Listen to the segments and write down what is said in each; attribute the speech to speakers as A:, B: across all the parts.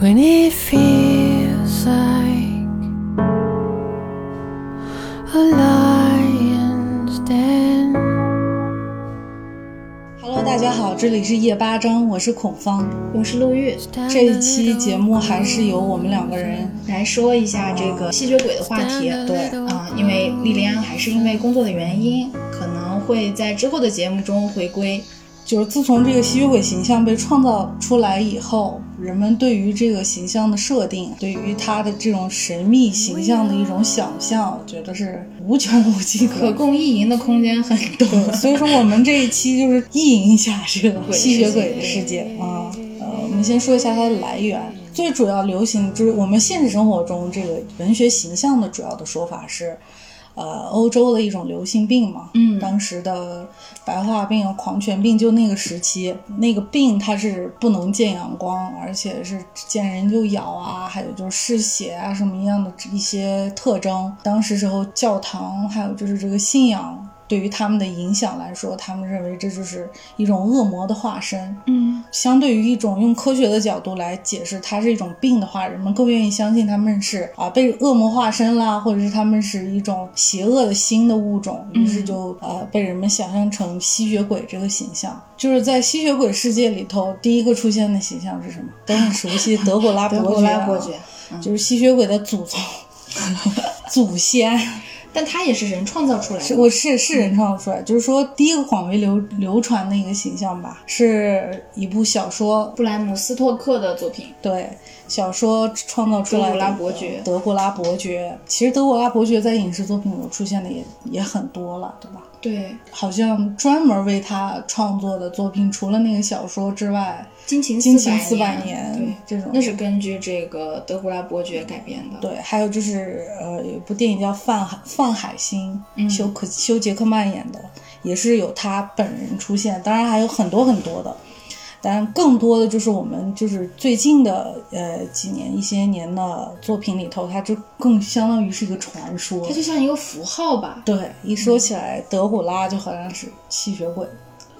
A: when it feels like a lion's den.
B: Hello，大家好，这里是夜八章，我是孔芳。
C: 我是陆玉，
B: 这一期节目还是由我们两个人，
C: 来说一下这个吸血鬼的话题。
B: 对
C: 啊、因为莉莉安还是因为工作的原因，可能会在之后的节目中回归。
B: 就是自从这个吸血鬼形象被创造出来以后，人们对于这个形象的设定，对于他的这种神秘形象的一种想象，我觉得是无穷无尽
C: 可
B: 的。
C: 供意淫的空间很多，
B: 所以说，我们这一期就是意淫一下这个
C: 世
B: 吸
C: 界
B: 血鬼的世界啊。呃，我们先说一下它的来源。最主要流行就是我们现实生活中这个文学形象的主要的说法是，呃，欧洲的一种流行病嘛。
C: 嗯
B: 当时的白化病、狂犬病，就那个时期，那个病它是不能见阳光，而且是见人就咬啊，还有就是嗜血啊什么样的一些特征。当时时候教堂还有就是这个信仰。对于他们的影响来说，他们认为这就是一种恶魔的化身。
C: 嗯，
B: 相对于一种用科学的角度来解释它是一种病的话，人们更愿意相信他们是啊被恶魔化身啦，或者是他们是一种邪恶的新的物种，于是就
C: 嗯
B: 呃被人们想象成吸血鬼这个形象。就是在吸血鬼世界里头，第一个出现的形象是什 么？都很熟悉，德古拉伯
C: 德
B: 爵、
C: 古拉伯爵，，嗯
B: 就是吸血鬼的祖宗、 祖先。
C: 但他也是人创造出来
B: 是
C: 的。
B: 我是是人创造出来，就是说第一个广为流流传的一个形象吧，是一部小说，
C: 布莱姆斯托克的作品，
B: 对小说创造出来的
C: 德古拉伯爵
B: 德古拉伯爵，其实德古拉伯爵在影视作品里头出现的也也很多了，对吧？
C: 对，
B: 好像专门为他创作的作品，除了那个小说之外，
C: 金琴
B: 《
C: 四
B: 金
C: 百
B: 情四百
C: 年，
B: 年》这种
C: 对，那是根据这个德古拉伯爵改编的。
B: 对，还有就是呃，有一部电影叫《范海范海辛》，
C: 嗯
B: 修克修杰克曼演的，也是有他本人出现，当然还有很多很多的。但更多的就是我们就是最近的呃几年一些年的作品里头，它就更相当于是一个传说
C: 它。就像一个符号吧，
B: 对，一说起来，德古拉就好像是吸血鬼。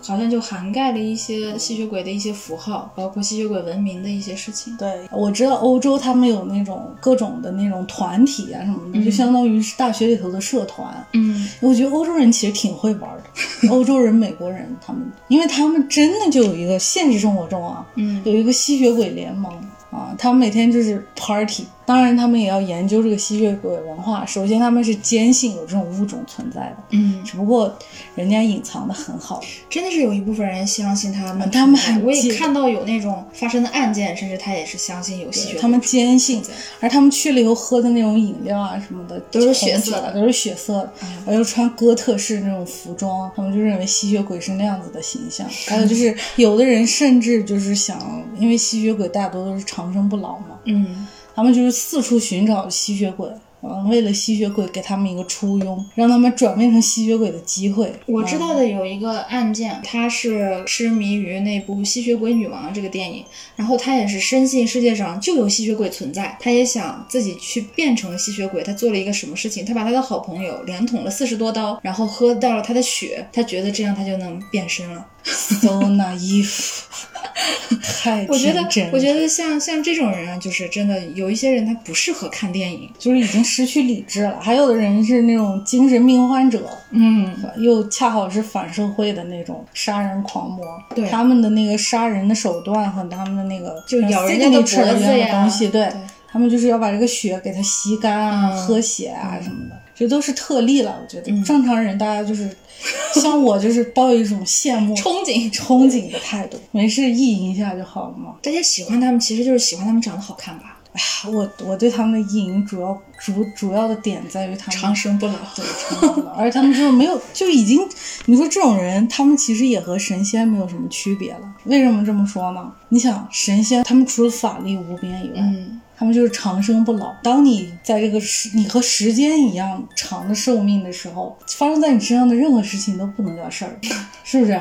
C: 好像就涵盖了一些吸血鬼的一些符号，包括吸血鬼文明的一些事情。
B: 对，我知道欧洲他们有那种各种的那种团体啊什么的，就相当于是大学里头的社团。
C: 嗯，
B: 我觉得欧洲人其实挺会玩的，欧洲人、美国人他们，因为他们真的就有一个现实生活中啊，
C: 嗯
B: 有一个吸血鬼联盟啊，他们每天就是 party，当然他们也要研究这个吸血鬼文化。首先他们是坚信有这种物种存在的，
C: 嗯，
B: 只不过人家隐藏的很好。
C: 真的是有一部分人相信他们，
B: 嗯他们很
C: 我
B: 记
C: 也
B: 得
C: 看到有那种发生的案件，甚至他也是相信有吸血鬼，
B: 他们坚信，而他们去了以后喝的那种饮料啊什么的，
C: 都是血色的
B: 红酒啊都是血色的，
C: 嗯
B: 然后穿哥特式那种服装，他们就认为吸血鬼是那样子的形象。还有就是，有的人甚至就是想，因为吸血鬼大多都是长生不老嘛，
C: 嗯，
B: 他们就是四处寻找吸血鬼。嗯，为了吸血鬼给他们一个出庸，让他们转变成吸血鬼的机会。
C: 我知道的有一个案件，他是痴迷于那部《吸血鬼女王》这个电影，然后他也是深信世界上就有吸血鬼存在，他也想自己去变成吸血鬼。他做了一个什么事情？他把他的好朋友连捅了四十多刀，然后喝到了他的血，他觉得这样他就能变身了。
B: 嗯 So naive，太
C: 我觉得
B: 天真了，
C: 我觉得像像这种人啊，就是真的有一些人他不适合看电影，
B: 就是已经失去理智了。还有的人是那种精神病患者，
C: 嗯。
B: 又恰好是反社会的那种杀人狂魔。
C: 对
B: 他们的那个杀人的手段和他们的那个
C: 就咬人家的
B: 的
C: 脖子呀
B: 的东西，对
C: 对
B: 他们就是要把这个血给它吸干啊、
C: 嗯
B: 喝血啊什么的。这都是特例了，我觉得、
C: 嗯
B: 正常人大家就是，像我就是抱有一种羡 慕、
C: 憧憬
B: 憧憬的态度，没事意淫一下就好了嘛。
C: 大家喜欢他们，其实就是喜欢他们长得好看吧，
B: 我我对他们的意淫主要主主要的点在于他们
C: 长生不老。
B: 对，成功了而他们就是没有，就已经，你说这种人，他们其实也和神仙没有什么区别了。为什么这么说呢？你想，神仙他们除了法力无边以外，
C: 嗯，
B: 他们就是长生不老。当你在这个时，你和时间一样长的寿命的时候，发生在你身上的任何事情都不能叫事儿， 是不是？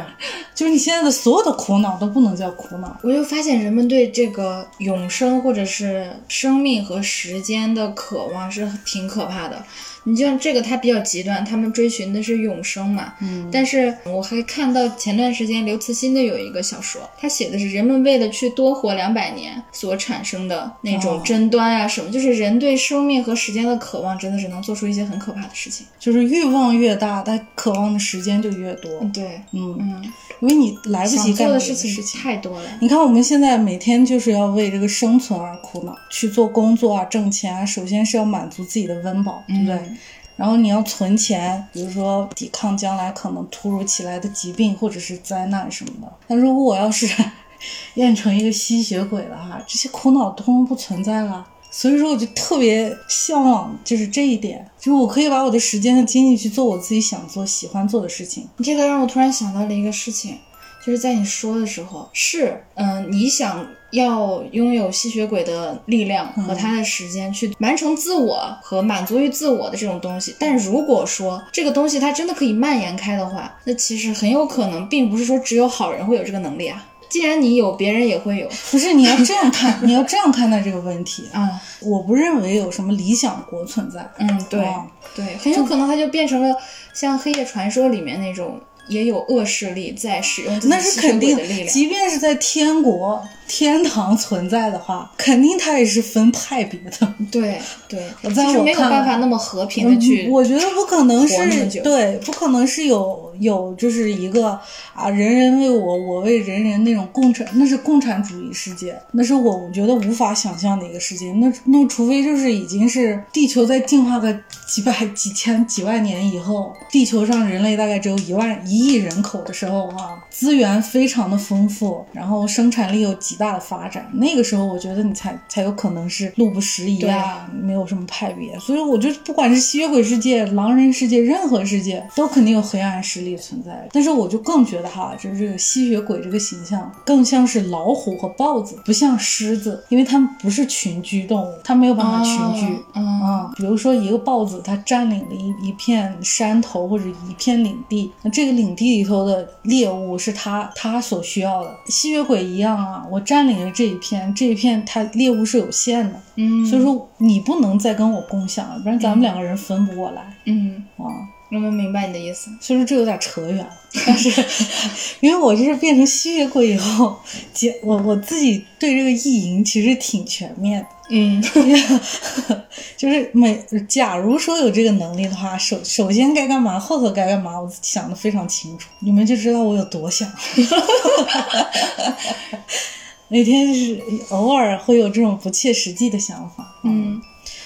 B: 就是你现在的所有的苦恼都不能叫苦恼。
C: 我就发现人们对这个永生或者是生命和时间的渴望是挺可怕的。你像这个，它比较极端，他们追寻的是永生嘛。
B: 嗯
C: 但是我还看到前段时间刘慈欣的有一个小说，他写的是人们为了去多活两百年所产生的那
B: 哦
C: 种争端啊什么，就是人对生命和时间的渴望真的是能做出一些很可怕的事情。
B: 就是欲望越大，他渴望的时间就越多。
C: 嗯，对，
B: 嗯，
C: 嗯，
B: 因为你来不及
C: 想
B: 干
C: 做
B: 别
C: 的
B: 的
C: 事情
B: 情。
C: 太多了。
B: 你看，我们现在每天就是要为这个生存而苦恼，去做工作啊，挣钱啊，首先是要满足自己的温饱，对不对？
C: 嗯
B: 然后你要存钱，比如说抵抗将来可能突如其来的疾病或者是灾难什么的。但如果我要是 变成一个吸血鬼了哈，这些苦恼通通不存在了。所以说，我就特别向往，就是这一点，就是我可以把我的时间和精力去做我自己想做、喜欢做的事情。
C: 你这个让我突然想到了一个事情，就是在你说的时候，是，嗯、你想要拥有吸血鬼的力量
B: 嗯
C: 和他的时间去完成自我和满足于自我的这种东西，但如果说这个东西它真的可以蔓延开的话，那其实很有可能并不是说只有好人会有这个能力啊。既然你有，别人也会有
B: 不是你要这样看，你要这样看待这个问题。
C: 啊。
B: 我不认为有什么理想国存在。
C: 嗯，对、
B: 哦
C: 对，很有可能它就变成了像《黑夜传说》里面那种。也有恶势力在使用自己
B: 那是
C: 吸血
B: 肯
C: 鬼
B: 定
C: 的力量，，
B: 即便是在天国、天堂存在的话，肯定它也是分派别的。
C: 对对，
B: 我
C: 其
B: 在
C: 实
B: 我
C: 没有
B: 看
C: 办
B: 来
C: 法那么和平的去，
B: 嗯我觉得不可能
C: 活那么久
B: 是，对，不可能是有有就是一个啊，人人为我，我为人人那种共产，那是共产主义世界，那是我觉得无法想象的一个世界。那那除非就是已经是地球在进化个几百、几千、几万年以后，地球上人类大概只有一万一亿人口的时候啊，资源非常的丰富，然后生产力有极大的发展，那个时候我觉得你才才有可能是路不拾遗
C: 对
B: 啊，没有什么派别。所以我觉得不管是吸血鬼世界、狼人世界，任何世界都肯定有黑暗势力存在。但是我就更觉得哈，就是这个吸血鬼这个形象更像是老虎和豹子，不像狮子，因为它们不是群居动物，它没有办法群居。
C: 哦嗯，
B: 啊、比如说一个豹子，它占领了一一片山头或者一片领地，那这个领地里头的猎物是它它所需要的。吸血鬼一样啊，我占领了这一片，这一片它猎物是有限的，
C: 嗯，
B: 所以说你不能再跟我共享了，不然咱们两个人分不过来
C: 嗯，
B: 啊。
C: 我们明白你的意思，
B: 所以说这有点扯远了，但是因为我就是变成吸血鬼以后，结我我自己对这个意淫其实挺全面的。
C: 嗯，
B: 就是每假如说有这个能力的话，首首先该干嘛，后头该干嘛，我想的非常清楚，你们就知道我有多想。 每天就是偶尔会有这种不切实际的想法，
C: 嗯，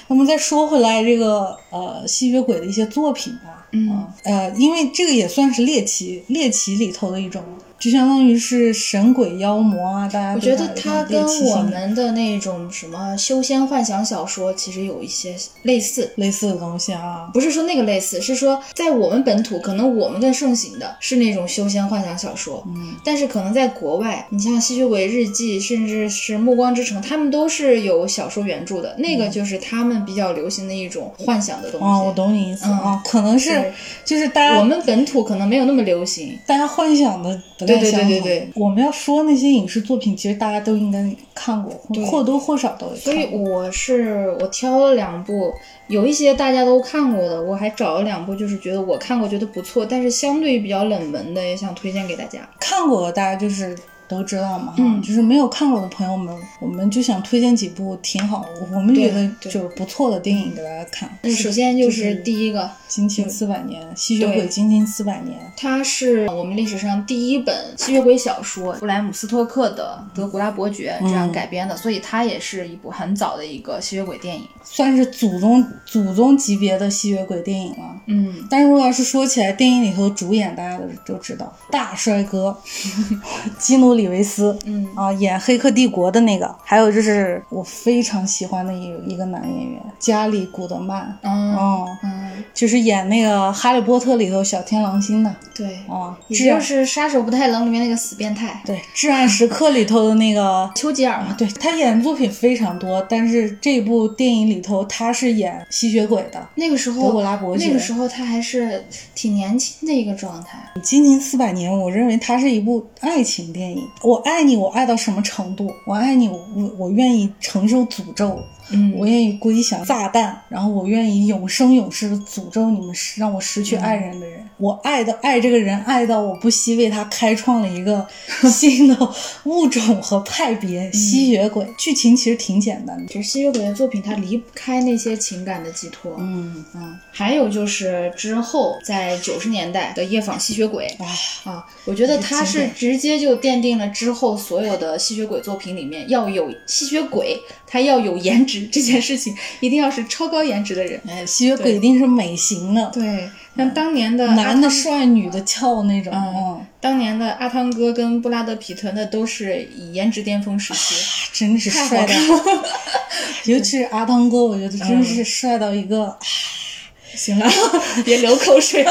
B: 那么再说回来，这个呃吸血鬼的一些作品吧，
C: 嗯
B: 啊呃，因为这个也算是猎奇，猎奇里头的一种，就相当于是神鬼妖魔啊，大家
C: 我
B: 对
C: 觉得
B: 有
C: 它
B: 一种猎
C: 跟
B: 奇心理
C: 我们的那种什么修仙幻想小说其实有一些类似。
B: 类似的东西啊，
C: 不是说那个类似，是说在我们本土，可能我们更盛行的是那种修仙幻想小说，
B: 嗯，
C: 但是可能在国外，你像《吸血鬼日记》，甚至是《暮光之城》，他们都是有小说原著的，那个就是他们比较流行的一种幻想的东西。
B: 嗯哦，我懂你意思
C: 嗯
B: 啊，可能是
C: 对
B: 就是大家
C: 我们本土可能没有那么流行。
B: 大家幻想的不太
C: 对对
B: 相同。
C: 对对对
B: 我们要说那些影视作品，其实大家都应该看过，或
C: 对
B: 或多或少都有看
C: 所
B: 过。
C: 以我是我挑了两部，有一些大家都看过的，我还找了两部，就是觉得我看过觉得不错，但是相对于比较冷门的，也想推荐给大家。
B: 看过的大家就是都知道嘛，哈
C: 嗯
B: 就是没有看过的朋友们，我们就想推荐几部挺好，我们觉
C: 对
B: 得
C: 对
B: 就是不错的电影给大家看。
C: 那首先就
B: 就是
C: 是第一个，
B: 《惊情四百年》《吸血
C: 对
B: 鬼惊情四百年》，
C: 它是我们历史上第一本吸血鬼小说，布莱姆斯托克的《德古拉伯爵》这样改编的，所以它也是一部很早的一个吸血鬼电影。
B: 算是祖宗祖宗级别的吸血鬼电影了。
C: 嗯，
B: 但是如果要是说起来，电影里头主演大家都都知道，大帅哥 基努里维斯，
C: 嗯
B: 啊，演《黑客帝国》的那个，还有就是我非常喜欢的一一个男演员加里古德曼，
C: 嗯
B: 哦，
C: 嗯，
B: 就是演那个《哈利波特》里头小天狼星的
C: 对，
B: 啊，
C: 也
B: 至
C: 就
B: 暗
C: 是《杀手不太冷》里面那个死变态
B: 对至暗时刻里头的那个
C: 丘吉尔嘛。
B: 对他演的作品非常多，但是这部电影里头他是演吸血鬼的，
C: 那个时
B: 德
C: 候
B: 古，拉伯爵。
C: 那个时候他还是挺年轻的一个状态。
B: 《金陵四百年》，我认为它是一部爱情电影。我爱你，我爱到什么程度？我爱你，我我我愿意承受诅咒，
C: 嗯
B: 我愿意归降炸弹，然后我愿意永生永世地诅咒你们失，让我失去爱人的人。我爱的爱这个人，爱到我不惜为他开创了一个新的物种和派别——吸血鬼。剧情其实挺简单的，
C: 就是吸血鬼的作品，它离不开那些情感的寄托。
B: 嗯
C: 嗯，还有就是之后在九十年代的夜访吸血鬼
B: 啊，
C: 啊，我觉得它
B: 经
C: 是
B: 典
C: 直接就奠定了之后所有的吸血鬼作品里面要有吸血鬼，他要有颜值这件事情，一定要是超高颜值的人。
B: 哎，吸血鬼一定是美型的，
C: 对，像当年的阿
B: 男的
C: 汤，
B: 帅，女的俏那种。
C: 嗯
B: 啊嗯
C: 当年的阿汤哥跟布拉德皮特那都是以颜值巅峰时期，
B: 真是
C: 太好
B: 帅到， 尤其是阿汤哥，我觉得真是帅到一个，啊
C: 行了，别流口 水，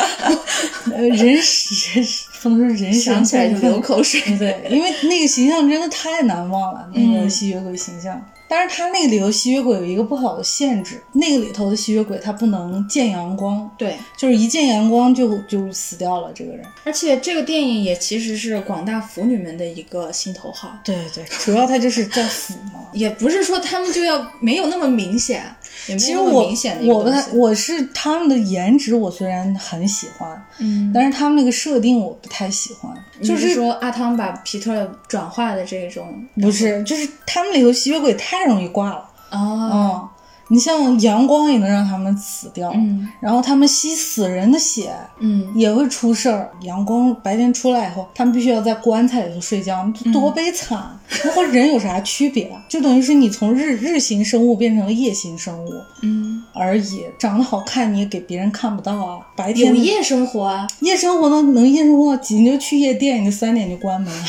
B: 呃，人神不能说人神
C: 想起来就
B: 共愤
C: 流口水。
B: 对 对，因为那个形象真的太难忘了，那
C: 嗯
B: 个吸血鬼形象。但是他那个里头吸血鬼有一个不好的限制，那个里头的吸血鬼他不能见阳光，
C: 对，
B: 就是一见阳光就就死掉了这个人。
C: 而且这个电影也其实是广大腐女们的一个心头好，
B: 对对，主要他就是在腐嘛。
C: 也不是说她们就要没有那么明显，也没
B: 其实
C: 有那么
B: 我
C: 明显的一个
B: 我不
C: 东
B: 太
C: 西。
B: 我是他们的颜值，我虽然很喜欢，
C: 嗯，
B: 但是他们那个设定我不太喜欢，
C: 就
B: 就是
C: 说阿汤把皮特转化的这种
B: 不是，就是他们里头吸血鬼太容易挂了。
C: 哦，
B: 嗯，你像阳光也能让他们死掉，
C: 嗯
B: 然后他们吸死人的血
C: 嗯，
B: 也会出事儿。阳光白天出来以后，他们必须要在棺材里头睡觉，
C: 嗯
B: 多悲惨！那和人有啥区别啊？ 就等于是你从日日行生物变成了夜行生物
C: 嗯，
B: 而已，长得好看你也给别人看不到啊。白天
C: 有
B: 的
C: 夜生活啊，
B: 夜生活能能夜生活到几？你就去夜店，你就三点就关门了，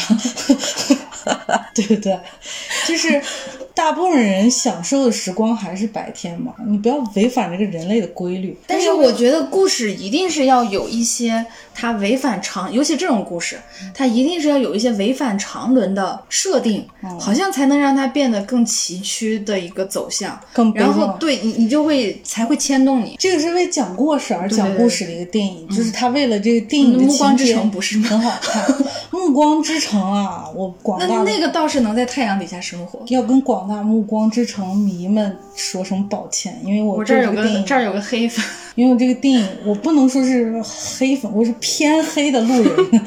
B: 对不对？就是大部分人享受的时光还是白天嘛，你不要违反这个人类的规律。
C: 但是我觉得故事一定是要有一些它违反常，尤其这种故事，它一定是要有一些违反常伦的设定，好像才能让它变得更崎岖的一个走向。
B: 更悲
C: 然后
B: 壮。
C: 嗯对你，你就会才会牵动你。
B: 这个是为讲故事而讲故事的一个电影，就是他为了这个电影的
C: 嗯暮光
B: 情节
C: 之城不是吗
B: 很好 看，《暮光之城》啊，我广
C: 那
B: 大的
C: 那个倒是能在太阳底下生活。
B: 要跟广大《暮光之城》迷们说声抱歉，因为我
C: 我这
B: 对
C: 儿有
B: 个
C: 个
B: 电影
C: 这儿有个黑 粉，
B: 因为这个电影，我不能说是黑粉，我是偏黑的路人。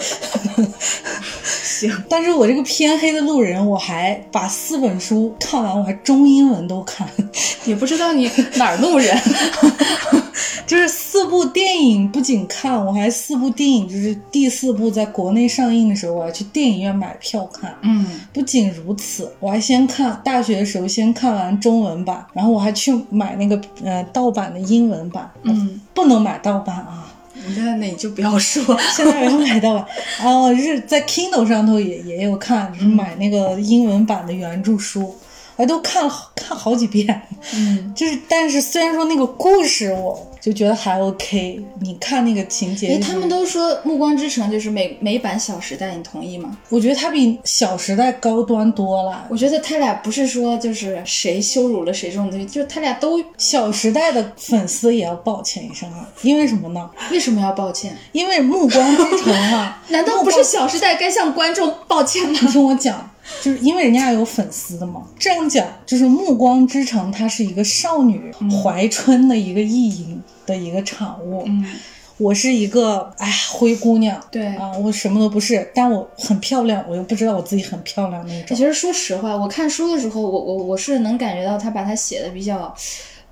C: 行，
B: 但是我这个偏黑的路人，我还把四本书看完，我还中英文都看，
C: 也不知道你哪儿路 人。
B: 就是四部电影不仅看，我还四部电影，就是第四部在国内上映的时候，我还去电影院买票看。
C: 嗯，
B: 不仅如此，我还先看大学的时候先看完中文版，然后我还去买那个呃盗版的英文版。
C: 嗯，
B: 不能买盗版啊。
C: 你嗯那那你就不要说。
B: 现在没有买到了， 然后是在 Kindle 上头也也有看，
C: 嗯
B: 就是买那个英文版的原著书，哎，都看了好看好几遍。
C: 嗯，
B: 就是，但是虽然说那个故事，我就觉得还 OK。你看那个情节，
C: 哎，他们，都说《暮光之城》就是美美版《小时代》，你同意吗？
B: 我觉得它比《小时代》高端多了。《
C: 我觉得他俩不是说就是谁羞辱了谁这种东西，就是他俩都
B: 小时代》的粉丝也要抱歉一声啊，因为什么呢？
C: 为什么要抱歉？，
B: 因为《暮光之城》啊
C: 难道不是《小时代》该向观众抱歉吗？
B: 你听我讲，就是因为人家有粉丝的嘛。这样讲，就是《暮光之城》，它是一个少女怀春的一个意淫的一个产物。
C: 嗯，
B: 我是一个哎呀灰姑娘，
C: 对
B: 啊，我什么都不是，但我很漂亮，我又不知道我自己很漂亮那种
C: 其。实说实话，我看书的时候，我我我是能感觉到他把它写的比较。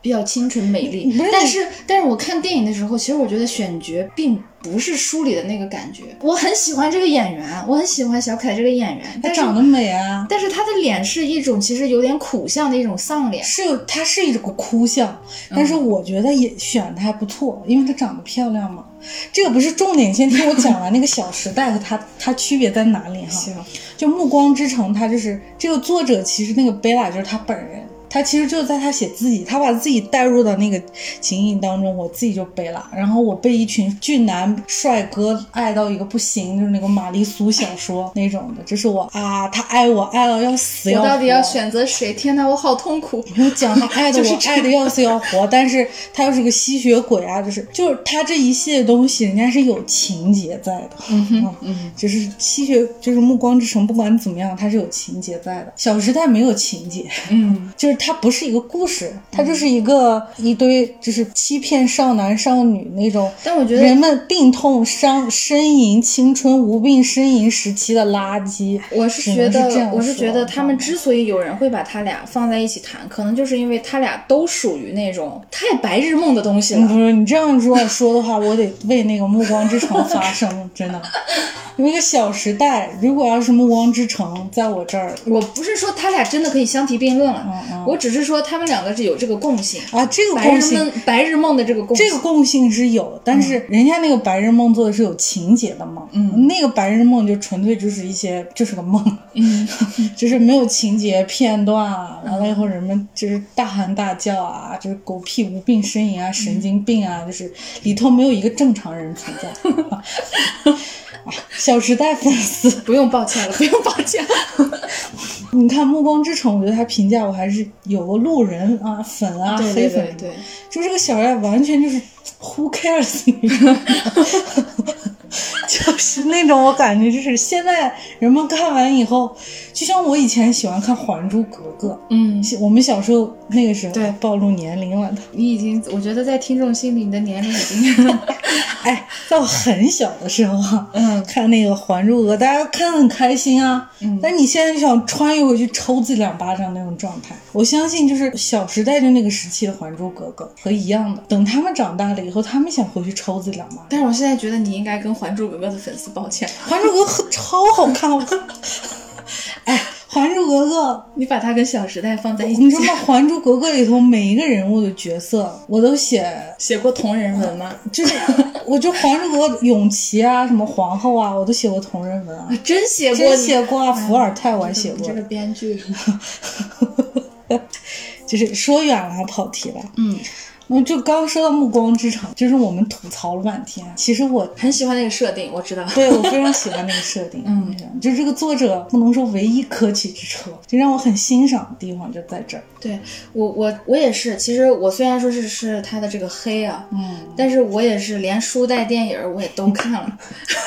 C: 比较清纯美丽
B: 不是，
C: 但
B: 你
C: 是但是我看电影的时候，其实我觉得选角并不是书里的那个感觉。我很喜欢这个演员，我很喜欢小凯这个演员，
B: 她
C: 但是
B: 长得美啊，
C: 但是他的脸是一种其实有点苦相的一种丧脸。嗯
B: 是有她是一个哭相，但是我觉得也选的还不错，因为她长得漂亮嘛。这个不是重点，先听我讲完那个《小时代》和它它区别在哪里哈。就《暮光之城》，它就是这个作者，其实那个贝拉就是他本人，他其实就在他写自己，他把自己带入到那个情境当中，我自己就悲了。然后我被一群俊男帅哥爱到一个不行，就是那种玛丽苏小说那种的，这是我啊，他爱我爱到要死要
C: 我
B: 活。
C: 到底要选择谁？天哪，我好痛苦。
B: 我讲他爱的
C: 就是
B: 我
C: 这
B: 爱的要死要活，但是他又是个吸血鬼啊，就是就是他这一系列东西，人家是有情节在的，啊
C: 嗯哼，嗯，
B: 就是吸血就是暮光之城，不管怎么样，它是有情节在的。小时代没有情节，
C: 嗯，
B: 就是它不是一个故事，它就是一个一堆就是欺骗少男少女那种。
C: 但我觉得
B: 人们病痛伤呻吟青春无病呻吟时期的垃圾，
C: 我是
B: 只
C: 觉
B: 能
C: 得，
B: 这样
C: 我是
B: 说
C: 觉得他们
B: 嗯
C: 之所以有人会把他俩放在一起谈，可能就是因为他俩都属于那种太白日梦的东西了。
B: 不是你这样说说的话，我得为那个《暮光之城》发声，真的。因为《小时代》，如果要是《暮光之城》在我这儿
C: 我不是说他俩真的可以相提并论了，
B: 嗯
C: 我只是说他们两个是有这个哦共性，
B: 啊，这个
C: 白
B: 共
C: 日
B: 性
C: 梦白日梦的这个共性。
B: 这个共性是有，但是人家那个白日梦做的是有情节的梦，
C: 嗯，
B: 那个白日梦就纯粹就是一些就是个梦，
C: 嗯，
B: 就是没有情节片段啊，完了以后人们就是大喊大叫啊，就是狗屁无病呻吟
C: 嗯
B: 啊，神经病啊，就是里头没有一个正常人存在。啊，小时代粉丝
C: 不用抱歉了，不用抱歉 了。
B: 你看《暮光之城》，我觉得他评价我还是有个路人啊、粉啊、
C: 对
B: 黑
C: 对
B: 粉
C: 对对，
B: 就这个小爱完全就是 who cares，你知道吗 就是那种我感觉就是现在人们看完以后，就像我以前喜欢看《还珠格格
C: 嗯》，，
B: 我们小时候那个时候
C: 对
B: 暴露年龄了的。
C: 你已经，我觉得在听众心里，你的年龄已经，
B: 哎，在我很小的时候啊，
C: 嗯
B: 看那个《还珠格格》，大家看得很开心啊。
C: 嗯
B: 但你现在就想穿越回去抽自己两巴掌那种状态，我相信就是《小时代》就那个时期的《还珠格格》和一样的。等他们长大了以后，他们想回去抽自己两巴掌。
C: 但是我现在觉得你应该跟《还珠格格》的粉丝抱歉，
B: 《还珠格格》超好看，我 哎，《还珠格格
C: 你把它跟《小时代》放在》，一起
B: 你，知道吗？《还珠格格》里头每一个人物的角色，我都写，
C: 写过同人文吗？
B: 就是我就《还珠格格》永琪啊，什么皇后啊，我都写过同人文啊，
C: 真写过，
B: 真写过啊，伏尔泰我还写过
C: 哎这，个编剧，
B: 就是说远了跑题了。
C: 嗯，
B: 那就刚说到《暮光之城》，就是我们吐槽了半天，其实我
C: 很喜欢那个设定，我知道。
B: 对我非常喜欢那个设 定，
C: 嗯，
B: 就这个作者不能说唯一可取之处，就让我很欣赏的地方就在这儿，
C: 对我，我我也是。其实我虽然说是是他的这个黑啊，
B: 嗯。
C: 但是我也是连书带电影儿我也都看了，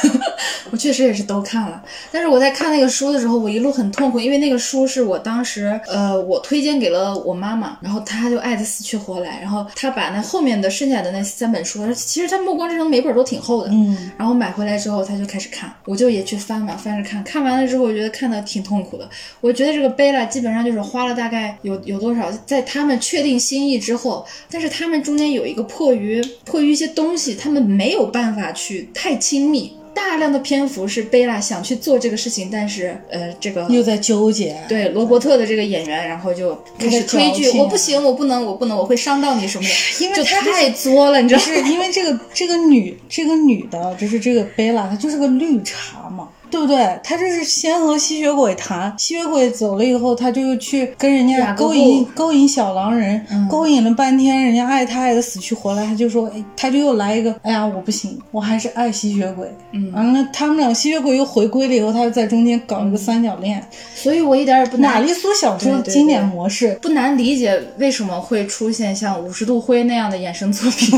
C: 我确实也是都看了。但是我在看那个书的时候，我一路很痛苦，因为那个书是我当时呃我推荐给了我妈妈，然后她就爱得死去活来，然后她把那后面的剩下的那三本书，其实她《暮光之城》每本都挺厚的，
B: 嗯，
C: 然后买回来之后，他就开始看，我就也去翻嘛，翻着看，看完了之后，我觉得看的挺痛苦的。我觉得这个贝拉基本上就是花了大概有有多少，在他们确定心意之后，但是他们中间有一个迫于迫于一些东西，他们没有办法去太亲密。大量的篇幅是贝拉想去做这个事情，但是呃，这个
B: 又在纠结，
C: 对罗伯特的这个演员，然后就开始推
B: 又在矫
C: 拒，
B: 情
C: 我不行，我不能，我不能，我会伤到你什么的，
B: 因为
C: 就
B: 他就是
C: 太作了，你知
B: 就
C: 道吗？
B: 是因为这个这个女这个女的，就是这个贝拉，她就是个绿茶嘛，对不对？她就是先和吸血鬼谈，吸血鬼走了以后，她就又去跟人家
C: 雅各
B: 勾
C: 布
B: 引勾引小狼人，
C: 嗯
B: 勾引了半天，人家爱她爱的死去活来，她就说，哎，她就又来一个，哎呀，我不行，我还是爱吸血鬼。
C: 嗯
B: 完了，他们俩吸血鬼又回归了以后，她就在中间搞一个三角恋，
C: 所以我一点嗯儿也不
B: 玛
C: 难
B: 丽苏小
C: 对
B: 说
C: 对
B: 经典
C: 对
B: 模式，
C: 不难理解为什么会出现像《五十度灰》那样的衍生作品。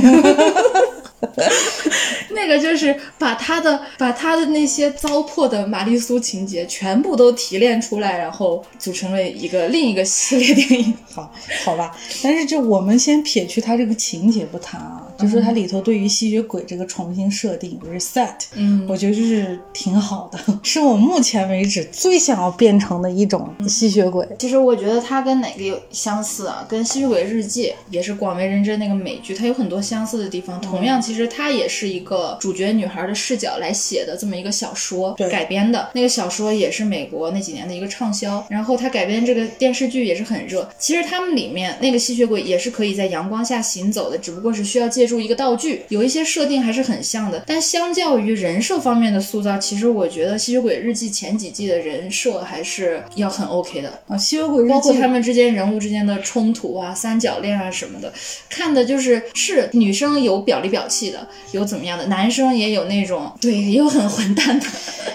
C: 那个就是把他的把他的那些糟粕的玛丽苏情节全部都提炼出来，然后组成了一个另一个系列电影。
B: 好，好吧，但是就我们先撇去它这个情节不谈啊，就说它里头对于吸血鬼这个重新设定 reset，
C: 嗯
B: 我觉得就是挺好的，是我目前为止最想要变成的一种吸血鬼。
C: 其实我觉得它跟哪个有相似啊？跟《吸血鬼日记》也是广为人知的那个美剧，它有很多相似的地方。同样，其其实它也是一个主角女孩的视角来写的这么一个小说
B: 对
C: 改编的。那个小说也是美国那几年的一个畅销，然后它改编这个电视剧也是很热。其实他们里面那个吸血鬼也是可以在阳光下行走的，只不过是需要借助一个道具，有一些设定还是很像的。但相较于人设方面的塑造，其实我觉得《吸血鬼日记》前几季的人设还是要很 OK 的。
B: 啊，《吸血鬼日
C: 包
B: 记
C: 括》他们之间人物之间的冲突啊、三角恋啊什么的，看的就是是女生有表里表气的，有怎么样的，男生也有那种对，也有很混蛋的。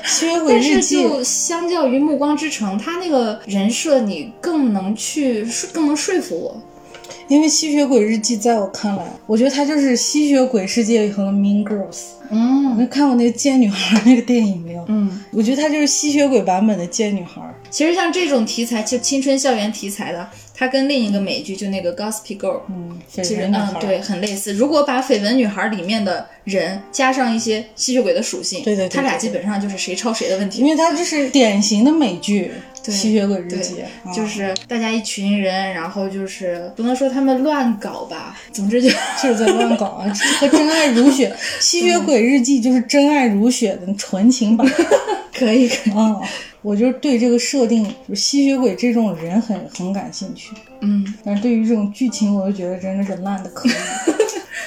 B: 吸血鬼
C: 但
B: 日
C: 是
B: 记》
C: 就相较于《暮光之城》，他那个人设你更能去说更能说服我。
B: 因为《吸血鬼日记》在我看来，我觉得它就是吸血鬼世界里头的 Mean Girls。
C: 嗯
B: 你看过那个《贱女孩》那个电影没有？
C: 嗯，
B: 我觉得它就是吸血鬼版本的《贱女孩》。
C: 其实像这种题材，就青春校园题材的，它跟另一个美剧就那个《Gossip Girl》，
B: 嗯，绯
C: 其实
B: 闻女
C: 嗯
B: 孩。，
C: 对，很类似。如果把《绯闻女孩》里面的人加上一些吸血鬼的属性，
B: 对对对
C: 他俩
B: 对
C: 基本上就是谁超谁的问题
B: 因。为它就是典型的美剧《
C: 对
B: 吸血鬼日
C: 对
B: 记》啊，
C: 就是大家一群人，然后就是不能说他们乱搞吧，总之就
B: 就是在乱搞啊， 和《真爱如雪》《吸血鬼日记》就是《真爱如雪》的纯情版。
C: 可以可以。
B: 啊，我就是对这个设定，就是吸血鬼这种人很很感兴趣。
C: 嗯，
B: 但是对于这种剧情，我就觉得真的是烂的 可以，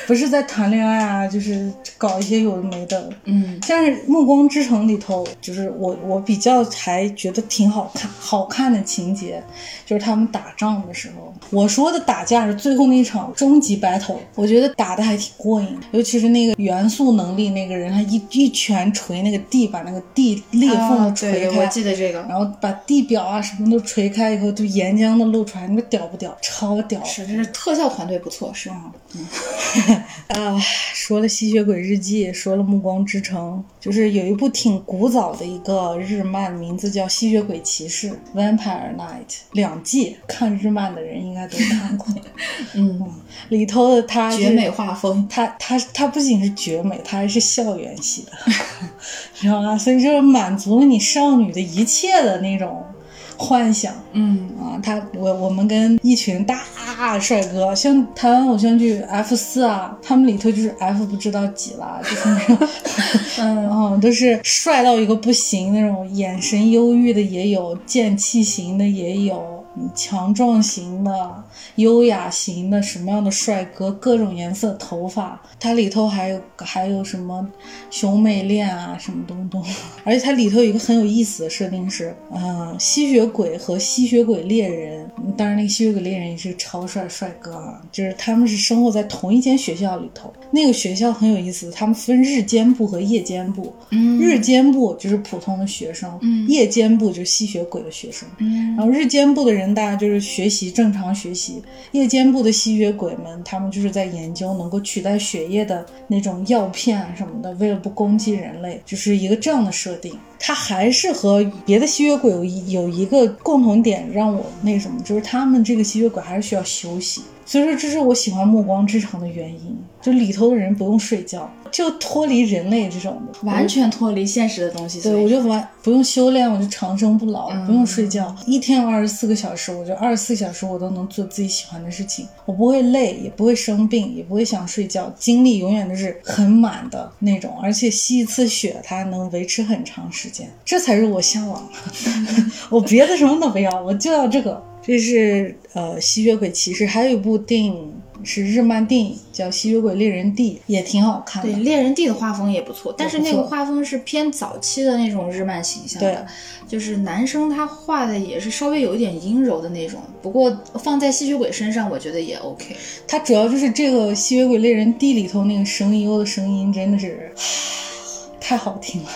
B: 不是在谈恋爱啊，就是搞一些有的没的。
C: 嗯，
B: 像是《暮光之城》里头，就是我我比较还觉得挺好看，好看的情节，就是他们打仗的时候，我说的打架是最后那场终极 battle，我觉得打的还挺过瘾，尤其是那个元素能力那个人，他一一拳锤那个地，把那个地裂缝
C: 哦
B: 锤
C: 对，
B: 开，
C: 我记得这个
B: 然后把地表啊什么都锤开以后，就岩浆都露出来，你说屌不屌？超屌！
C: 是，这是特效团队不错，是吗？
B: 啊，说了《吸血鬼日记》，说了《暮光之城》，就是有一部挺古早的一个日漫，名字叫《吸血鬼骑士》（Vampire Knight），两季，看日漫的人应该都看 过。
C: 嗯，
B: 里头的他是
C: 绝美画风，
B: 它它它不仅是绝美，它还是校园系 的，知道吗？所以就是满足了你少女的一切的那种幻想。
C: 嗯
B: 啊，他我我们跟一群大帅哥，像台湾偶像剧 F 四啊，他们里头就是 F 不知道几了，就是那种， 然
C: 嗯，
B: 后都是帅到一个不行那种，眼神忧郁的也有，剑气型的也有，嗯强壮型的、优雅型的，什么样的帅哥，各种颜色头发，它里头还有还有什么兄妹恋啊，什么东东，而且它里头有一个很有意思的设定是，嗯，吸血鬼和吸血鬼猎人，嗯当然那个吸血鬼猎人也是个超帅帅哥啊，就是他们是生活在同一间学校里头，那个学校很有意思，他们分日间部和夜间部，
C: 嗯
B: 日间部就是普通的学生，
C: 嗯
B: 夜间部就是吸血鬼的学生，
C: 嗯
B: 然后日间部的人大家就是学习正常学习，夜间部的吸血鬼们，他们就是在研究能够取代血液的那种药片啊什么的，为了不攻击人类，就是一个这样的设定。它还是和别的吸血鬼有一有一个共同点，让我那什么，就是他们这个吸血鬼还是需要休息。所以说，这是我喜欢《暮光之城》的原因，就里头的人不用睡觉，就脱离人类这种的，
C: 完全脱离现实的东西，
B: 对，
C: 所以嗯
B: 我就完不用修炼，我就长生不老，不用睡觉，一天有二十四个小时，我就二十四小时我都能做自己喜欢的事情，我不会累，也不会生病，也不会想睡觉，精力永远都是很满的那种，而且吸一次血它能维持很长时间，这才是我向往的。 我别的什么都不要，我就要这个。这是呃《吸血鬼骑士》，还有一部电影是日漫电影，叫《吸血鬼猎人 D》，也挺好看的
C: 对。猎人地的画风也不错，但是那
B: 不
C: 个
B: 错
C: 画风是偏早期的那种日漫形象
B: 对
C: 的，就是男生他画的也是稍微有一点阴柔的那种，不过放在吸血鬼身上，我觉得也 OK。
B: 它主要就是这个《吸血鬼猎人 D》里头那个声优的声音真的是太好听了，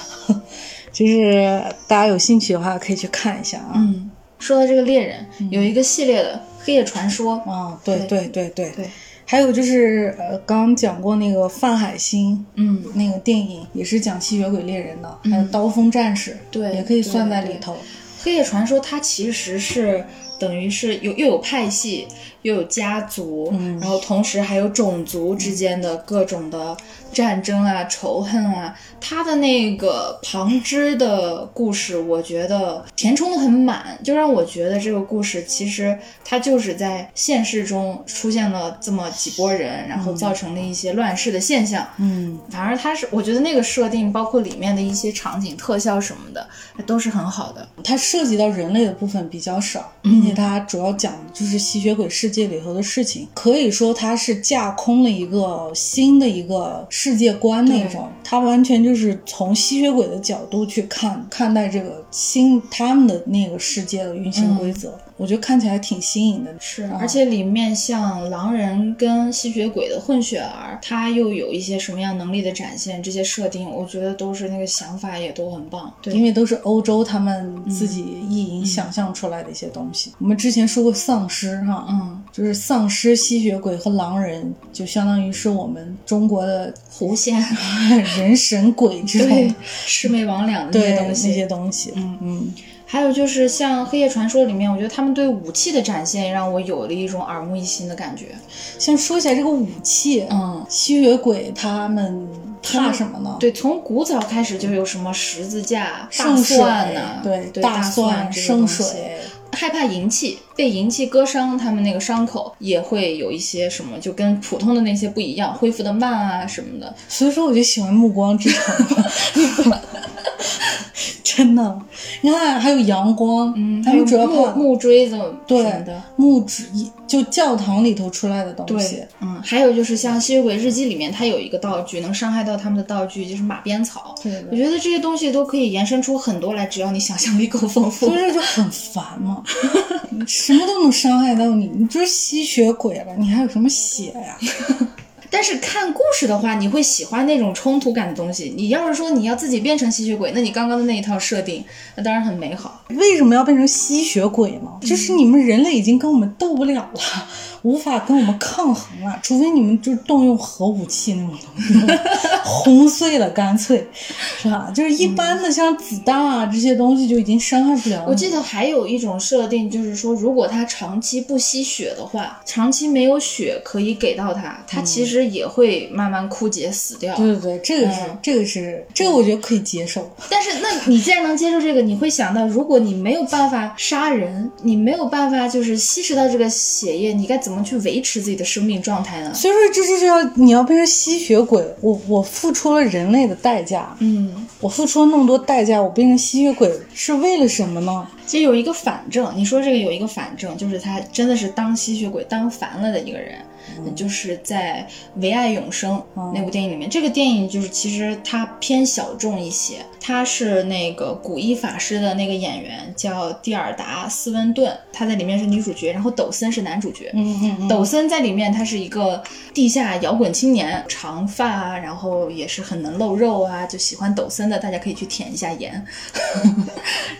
B: 就是大家有兴趣的话可以去看一下啊。
C: 嗯，说到这个猎人，
B: 嗯
C: 有一个系列的《黑夜传说》，
B: 啊，对对对
C: 对
B: 对
C: 对
B: 还有就是呃，刚刚讲过那个范海辛，
C: 嗯，
B: 那个电影也是讲吸血鬼猎人的，
C: 嗯
B: 还有刀锋战士，
C: 对
B: 也可以算在
C: 对
B: 里
C: 对
B: 头。
C: 《黑夜传说》它其实是等于是有又有派系，又有家族，然后同时还有种族之间的各种的战争啊、仇恨啊。他的那个旁支的故事，我觉得填充的很满，就让我觉得这个故事其实它就是在现实中出现了这么几拨人，然后造成了一些乱世的现象。
B: 嗯，
C: 反而它是，我觉得那个设定，包括里面的一些场景、特效什么的，都是很好的。
B: 它涉及到人类的部分比较少，
C: 嗯
B: 并且它主要讲的就是吸血鬼世界里头的事情，可以说它是架空了一个新的一个世界观那种，它完全就是从吸血鬼的角度去看看待这个新他们的那个世界的运行规则，我觉得看起来挺新颖的。
C: 嗯是
B: 啊
C: 而且里面像狼人跟吸血鬼的混血儿，他又有一些什么样能力的展现，这些设定，我觉得都是那个想法也都很棒。
B: 因
C: 对，嗯
B: 为都是欧洲他们自己意淫想象出来的一些东西。我们之前说过丧尸哈，
C: 嗯，
B: 就是丧尸、吸血鬼和狼人，就相当于是我们中国的
C: 狐仙，
B: 人神鬼之类
C: 对
B: 的，
C: 魑魅魍魉的那
B: 对
C: 些
B: 那
C: 东西，
B: 些东西。嗯嗯，
C: 还有就是像《黑夜传说》里面，我觉得他们对武器的展现让我有了一种耳目一新的感
B: 嗯
C: 觉。
B: 像说起来这个武器，
C: 嗯，
B: 吸血鬼他们怕什么呢？
C: 对，从古早开始就有什么十字架、大
B: 圣水
C: 蒜呐、
B: 对
C: 对
B: 大
C: 蒜
B: 蒜、
C: 这个东
B: 圣
C: 西
B: 水，
C: 害怕银器，被银器割伤，他们那个伤口也会有一些什么，就跟普通的那些不一样，恢复的慢啊什么的。
B: 所以说我就喜欢《暮光之城》 真的。你看，还有阳光，
C: 嗯，
B: 他
C: 还有
B: 们主要
C: 木
B: 靠
C: 木锥子
B: 对
C: 什么的。
B: 木质，就教堂里头出来的东西
C: 对。，嗯，还有就是像《吸血鬼日记》里面，它有一个道具能伤害到他们的道具就是马鞭草。
B: 对
C: 我觉得这些东西都可以延伸出很多来，只要你想象力够
B: 所
C: 丰富
B: 以。这就很烦嘛， 什么都能伤害到你，你就是吸血鬼了，你还有什么血呀、
C: 但是看故事的话，你会喜欢那种冲突感的东西。你要是说你要自己变成吸血鬼，那你刚刚的那一套设定，那当然很美好。
B: 为什么要变成吸血鬼呢？就是你们人类已经跟我们斗不了了，无法跟我们抗衡了，除非你们就动用核武器那种东西， 轰碎了干脆，是吧？就是一般的像子弹啊这些东西就已经伤害不了你。
C: 我记得还有一种设定，就是说，如果他长期不吸血的话，长期没有血可以给到他，他其实也会慢慢枯竭死
B: 嗯
C: 掉。
B: 对对对，这个是、
C: 嗯
B: 这个是这个我觉得可以接受。
C: 但是，那你既然能接受这个，你会想到，如果你没有办法杀人，你没有办法就是吸食到这个血液，你该怎么去维持自己的生命状态呢？
B: 所以说这就是要你要变成吸血鬼，我我付出了人类的代价，
C: 嗯，
B: 我付出了那么多代价，我变成吸血鬼是为了什么呢？
C: 其实有一个反证，你说这个有一个反证，就是他真的是当吸血鬼当烦了的一个人，就是在《唯爱永生》那部电影里面，这个电影就是其实它偏小众一些，他是那个古一法师的那个演员叫蒂尔达·斯温顿，她在里面是女主角，然后抖森是男主角，
B: 嗯嗯嗯，
C: 抖森在里面，他是一个地下摇滚青年，长发啊，然后也是很能露肉啊，就喜欢抖森的，大家可以去舔一下颜。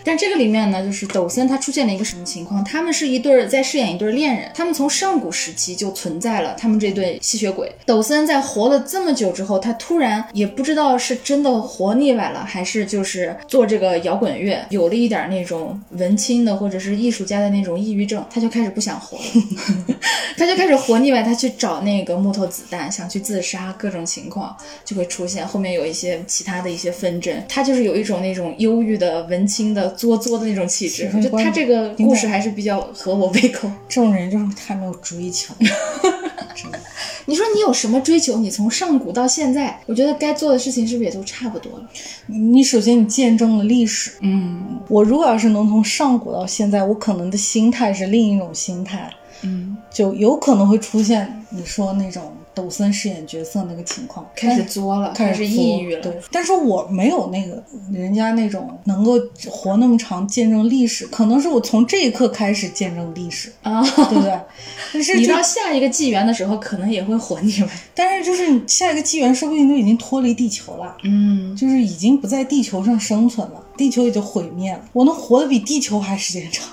C: 但这个里面呢，就是抖森他出现了一个什么情况？他们是一对儿在饰演一对儿恋人，他们从上古时期就存在了，他们这对吸血鬼。抖森在活了这么久之后，他突然也不知道是真的活腻歪了，还是就是做这个摇滚乐有了一点那种文青的或者是艺术家的那种抑郁症，他就开始不想活了。 他就开始活腻歪，他去找那个木头子弹，想去自杀，各种情况就会出现。后面有一些其他的一些纷争，他就是有一种那种忧郁的文青的作作的那种气质。
B: 喜欢
C: 我觉得他
B: 关
C: 这个故事还是比较合我胃口。
B: 这种人就是太没有追求了，真的。
C: 你说你有什么追求？你从上古到现在，我觉得该做的事情是不是也都差不多了？
B: 你首先你见证了历史，
C: 嗯
B: 我如果要是能从上古到现在，我可能的心态是另一种心态，
C: 嗯，
B: 就有可能会出现你说那种抖森饰演角色那个情况，
C: 开始作了，
B: 开
C: 开
B: 始
C: 始
B: 作
C: 抑郁了。
B: 对，但是我没有那个人家那种能够活那么长，见证历史，可能是我从这一刻开始见证历史，
C: 啊。
B: 对不对？ 但是
C: 你
B: 就
C: 到下一个纪元的时候，可能也会活腻歪。
B: 但是就是你下一个纪元说不定就已经脱离地球了。
C: 嗯，
B: 就是已经不在地球上生存了，地球也就毁灭了。我能活得比地球还时间长，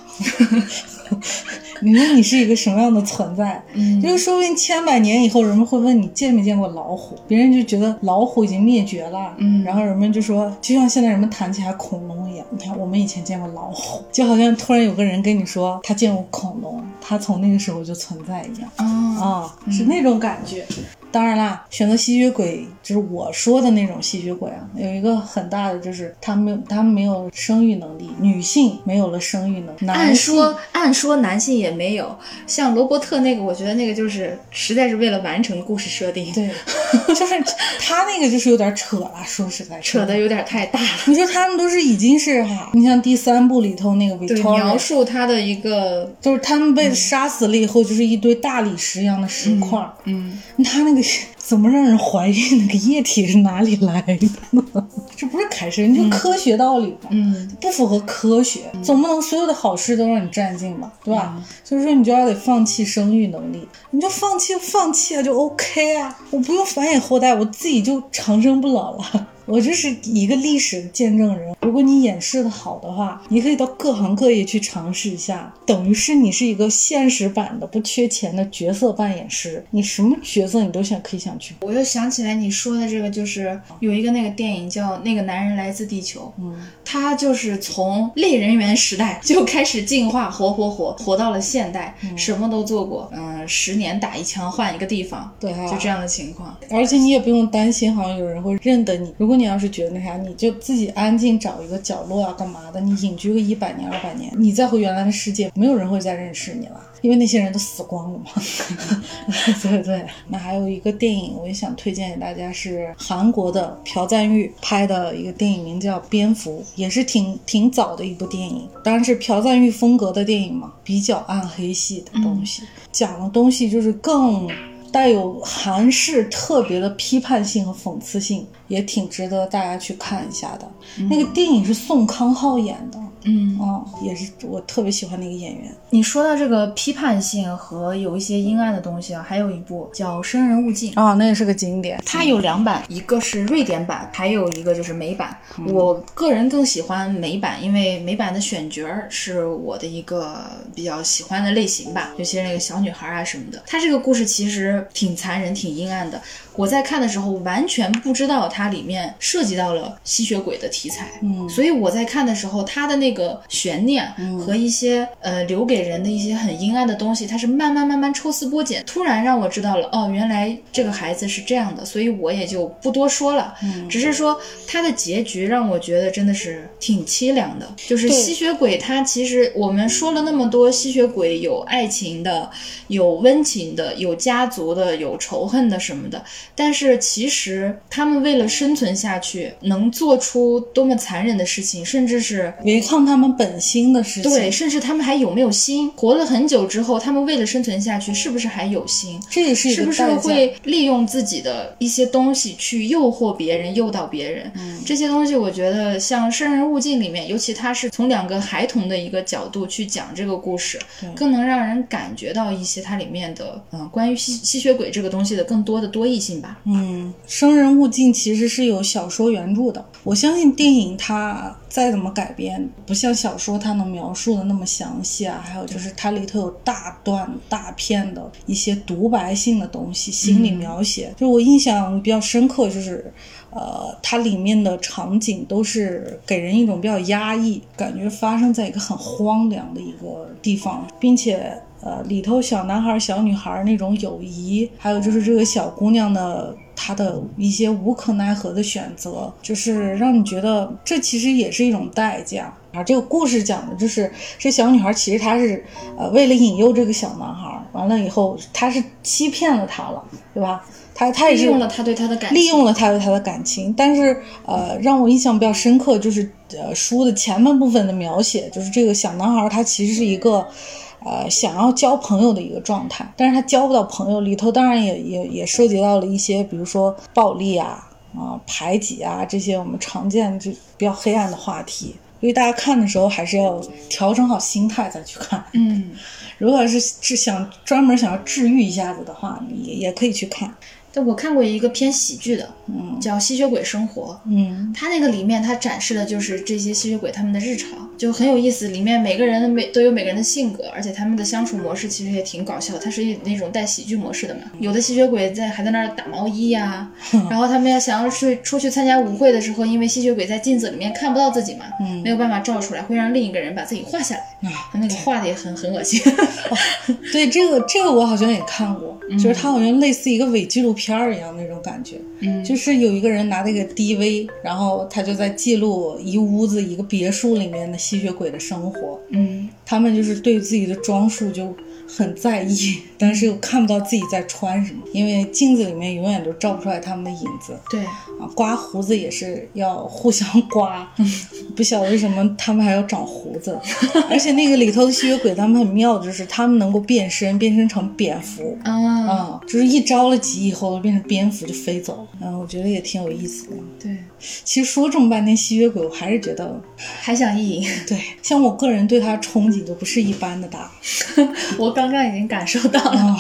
B: 你说你是一个什么样的存在？
C: 嗯
B: 就是说不定千百年以后，人们会问你见没见过老虎，别人就觉得老虎已经灭绝了，
C: 嗯
B: 然后人们就说，就像现在人们谈起来恐龙一样，你看我们以前见过老虎，就好像突然有个人跟你说他见过恐龙，他从那个时候就存在一样。
C: 啊，
B: 啊、是那种感觉。当然啦，选择吸血鬼就是我说的那种吸血鬼啊，有一个很大的就是他没有他没有生育能力，女性没有了生育能力，
C: 按
B: 男性
C: 说按说男性也没有，像罗伯特那个，我觉得那个就是实在是为了完成故事设定，
B: 对，就是他那个就是有点扯了，说实在
C: 扯的。有点太大了。
B: 你说他们都是已经是哈，你像第三部里头那个
C: 对，描
B: Victoria，
C: 述他的一个，
B: 就是他们被杀死了以后，就是一堆大理石一样的石块儿，
C: 嗯，
B: 他那个怎么让人怀孕？那个液体是哪里来的呢？ 这不是凯神，就科学道理嘛。
C: 嗯，
B: 不符合科学，总不能所有的好事都让你占尽吧，对吧？所以说你就要得放弃生育能力，你就放弃放弃啊，就 OK 啊，我不用繁衍后代，我自己就长生不老了。 我就是一个历史的见证人。如果你演示的好的话，你可以到各行各业去尝试一下，等于是你是一个现实版的不缺钱的角色扮演师，你什么角色你都想可以想去。
C: 我又想起来你说的这个，就是有一个那个电影叫《那个男人来自地球》，
B: 嗯，
C: 他就是从类人猿时代就开始进化，活活活活到了现代，什么都做过，嗯、十年打一枪换一个地方，
B: 对啊
C: 就这样的情况。
B: 而且你也不用担心，好像有人会认得你。如果你要是觉得那啥，你就自己安静找一个角落啊，干嘛的？你隐居个一百年、二百年，你再回原来的世界，没有人会再认识你了，因为那些人都死光了嘛。 对对。那还有一个电影，我也想推荐给大家，是韩国的朴赞玉拍的一个电影，名叫《蝙蝠》，也是挺挺早的一部电影，当然是朴赞玉风格的电影嘛，比较暗黑系的东西，讲的东西就是更。带有韩式特别的批判性和讽刺性，也挺值得大家去看一下的。那个电影是宋康昊演的，
C: 嗯，
B: 哦，也是我特别喜欢的一个演员。
C: 你说到这个批判性和有一些阴暗的东西啊，还有一部叫《生人勿近》。
B: 啊、那也是个经典。
C: 它有两版，一个是瑞典版，还有一个就是美版。我个人更喜欢美版，因为美版的选角儿是我的一个比较喜欢的类型吧，尤其是那个小女孩啊什么的。它这个故事其实挺残忍、挺阴暗的。我在看的时候完全不知道它里面涉及到了吸血鬼的题材，
B: 嗯
C: 所以我在看的时候，它的那个悬念和一些、呃留给人的一些很阴暗的东西，它是慢慢慢慢抽丝剥茧，突然让我知道了，哦，原来这个孩子是这样的，所以我也就不多说了，
B: 嗯
C: 只是说它的结局让我觉得真的是挺凄凉的，就是
B: 对
C: 吸血鬼它其实我们说了那么多，吸血鬼有爱情的，有温情的，有家族的，有仇恨的什么的，但是其实他们为了生存下去，能做出多么残忍的事情，甚至是
B: 违抗他们本心的事情，
C: 对，，甚至他们还有没有心？活了很久之后，他们为了生存下去，是不是还有心？
B: 这也是一
C: 是
B: 个
C: 不是
B: 代价。
C: 会利用自己的一些东西去诱惑别人、诱导别人？
B: 嗯
C: 这些东西我觉得像《生人勿近》里面，尤其它是从两个孩童的一个角度去讲这个故事
B: 对，
C: 更能让人感觉到一些它里面的嗯、呃关于吸吸血鬼这个东西的更多的多义性吧。
B: 嗯，《生人勿近》其实是有小说原著的。我相信电影它再怎么改编，不像小说它能描述的那么详细啊。还有就是它里头有大段大片的一些独白性的东西，心理描写。就是我印象比较深刻，就是呃，它里面的场景都是呃给人一种比较压抑感觉，发生在一个很荒凉的一个地方，并且呃，里头小男孩、小女孩那种友谊，还有就是这个小姑娘的她的一些无可奈何的选择，就是让你觉得这其实也是一种代价。而这个故事讲的就是这小女孩，其实她是呃为了引诱这个小男孩，完了以后她是欺骗了他了，对吧？她她也
C: 利
B: 是
C: 用了他对他的感
B: 利
C: 情，
B: 用了他对他的感情，但是呃，让我印象比较深刻就是呃书的前半部分的描写，就是这个小男孩他其实是一个。呃，想要交朋友的一个状态，但是他交不到朋友，里头当然也也也涉及到了一些，比如说暴力啊、啊、排挤啊这些我们常见就比较黑暗的话题，所以大家看的时候还是要调整好心态再去看。
C: 嗯。
B: 如果是是想专门想要治愈一下子的话，也也可以去看。
C: 但我看过一个偏喜剧的，
B: 嗯
C: 叫《吸血鬼生活》，
B: 嗯
C: 它那个里面它展示的就是这些吸血鬼他们的日常，就很有意思。里面每个人每都有每个人的性格，而且他们的相处模式其实也挺搞笑。它是一那种带喜剧模式的嘛。有的吸血鬼在还在那儿打毛衣 呀、然后他们要想要去出去参加舞会的时候，因为吸血鬼在镜子里面看不到自己嘛，
B: 嗯
C: 没有办法照出来，会让另一个人把自己画下来。
B: 啊，
C: 他那个画的也很很 恶心。
B: 对这个这个我好像也看过，就是它好像类似一个伪纪录片儿一样那种感觉，
C: 嗯
B: 就是有一个人拿那个 DV，然后他就在记录一屋子一个别墅里面的吸血鬼的生活，
C: 嗯，
B: 他们就是对自己的装束就很在意，但是又看不到自己在穿什么，因为镜子里面永远都照不出来他们的影子
C: 对，
B: 啊。刮胡子也是要互相刮， 不晓得为什么他们还要长胡子，而且那个里头的吸血鬼他们很妙，就是他们能够变身，变身成蝙蝠。
C: 啊，
B: 啊、就是一招了急以后变成蝙蝠就飞走了，嗯，我觉得也挺有意思的。
C: 对，
B: 其实说这么半天吸血鬼，我还是觉得，
C: 还想意淫。
B: 对，像我个人对他憧憬都不是一般的 大。
C: 我刚刚已经感受到了。
B: 啊，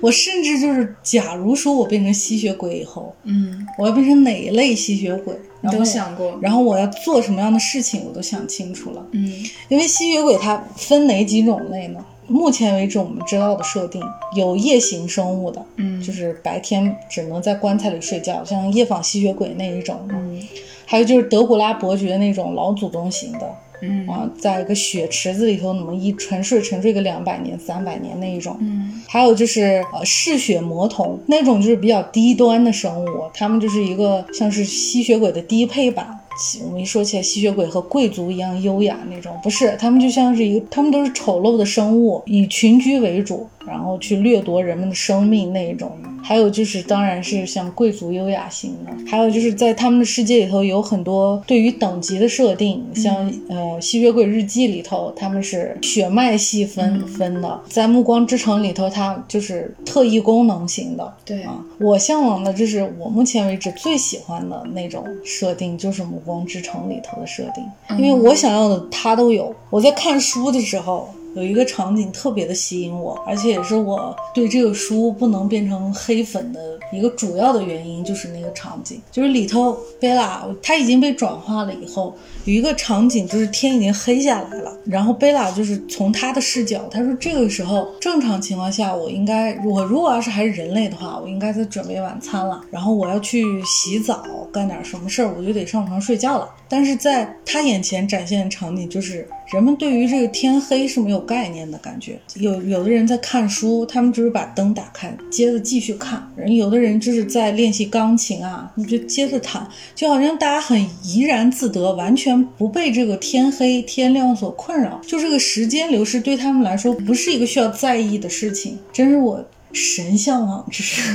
B: 我甚至就是，假如说我变成吸血鬼以后，
C: 嗯，
B: 我要变成哪一类吸血鬼，
C: 你
B: 然后
C: 都想过。
B: 然后我要做什么样的事情，我都想清楚了。
C: 嗯
B: 因为吸血鬼它分哪几种类呢？目前为止我们知道的设定有夜行生物的，
C: 嗯
B: 就是白天只能在棺材里睡觉，像夜访吸血鬼那一种的；
C: 嗯
B: 还有就是德古拉伯爵那种老祖宗型的，
C: 嗯
B: 啊，在一个血池子里头能一沉睡沉睡个两百年、三百年那一种。
C: 嗯
B: 还有就是呃嗜血魔童那种就是比较低端的生物，他们就是一个像是吸血鬼的低配版。我们一说起来，吸血鬼和贵族一样优雅那种，不是，他们就像是一个，他们都是丑陋的生物，以群居为主，然后去掠夺人们的生命那一种的。还有就是，当然是像贵族优雅型的，还有就是在他们的世界里头有很多对于等级的设定，像呃《吸血鬼日记》里头他们是血脉细分分的，在《暮光之城》里头它就是特异功能型的。
C: 对
B: 啊，我向往的就是我目前为止最喜欢的那种设定，就是《暮光之城》里头的设定，因为我想要的它都有。我在看书的时候。有一个场景特别的吸引我，而且也是我对这个书不能变成黑粉的一个主要的原因，就是那个场景，就是里头贝拉她已经被转化了以后，有一个场景就是天已经黑下来了，然后贝拉就是从她的视角，她说这个时候正常情况下我应该，我如果要是还是人类的话，我应该在准备晚餐了，然后我要去洗澡，干点什么事儿，我就得上床睡觉了。但是在她眼前展现的场景就是人们对于这个天黑是没有概念的感觉，有有的人在看书，他们就是把灯打开，接着继续看；人有的人就是在练习钢琴啊，你就接着弹，就好像大家很怡然自得，完全不被这个天黑天亮所困扰。就这个时间流逝对他们来说不是一个需要在意的事情，真是我神向往之事。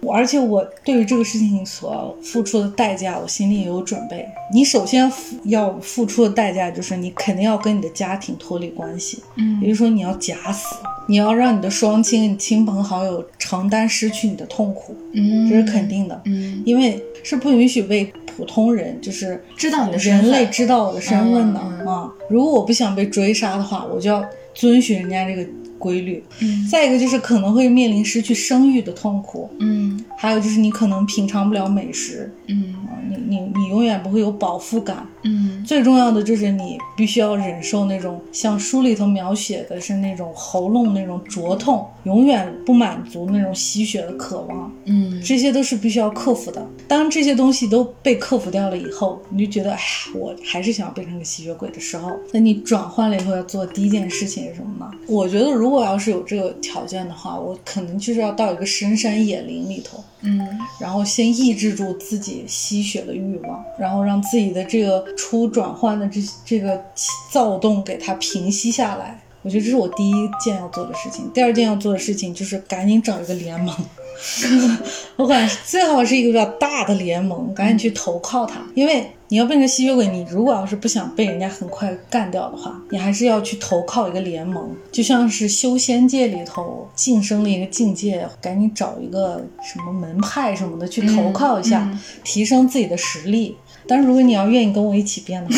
B: 我而且我对于这个事情所付出的代价，我心里也有准备。你首先付要付出的代价就是你肯定要跟你的家庭脱离关系，也就是
C: 嗯
B: 说你要假死，你要让你的双亲、你亲朋好友承担失去你的痛苦，
C: 嗯
B: 这是肯。定的，
C: 嗯，
B: 因为是不允许被普通人，就是
C: 知道你的身
B: 人
C: 份
B: 类知道我的身份的
C: 嗯嗯
B: 啊。如果我不想被追杀的话，我就要遵循人家这个规律。
C: 嗯
B: 再一个就是可能会面临失去生育的痛苦，
C: 嗯
B: 还有就是你可能品尝不了美食，
C: 嗯
B: 啊你你你永远不会有饱腹感。
C: 嗯
B: 最重要的就是你必须要忍受那种像书里头描写的是那种喉咙那种灼痛，永远不满足那种吸血的渴望，
C: 嗯，
B: 这些都是必须要克服的。当这些东西都被克服掉了以后，你就觉得，哎呀，我还是想要变成个吸血鬼的时候，那你转换了以后要做第一件事情是什么呢？我觉得如果要是有这个条件的话，我可能就是要到一个深山野林里头，
C: 嗯
B: 然后先抑制住自己吸血的欲望，然后让自己的这个初转换的这这个躁动给它平息下来。我觉得这是我第一件要做的事情。第二件要做的事情就是赶紧找一个联盟， 我感觉最好是一个比较大的联盟，赶紧
C: 嗯
B: 去投靠它。因为你要变成吸血鬼，你如果要是不想被人家很快干掉的话，你还是要去投靠一个联盟，就像是修仙界里头晋升了一个境界，赶紧找一个什么门派什么的去投靠一下，
C: 嗯嗯
B: 提升自己的实力。但是如果你要愿意跟我一起变的话，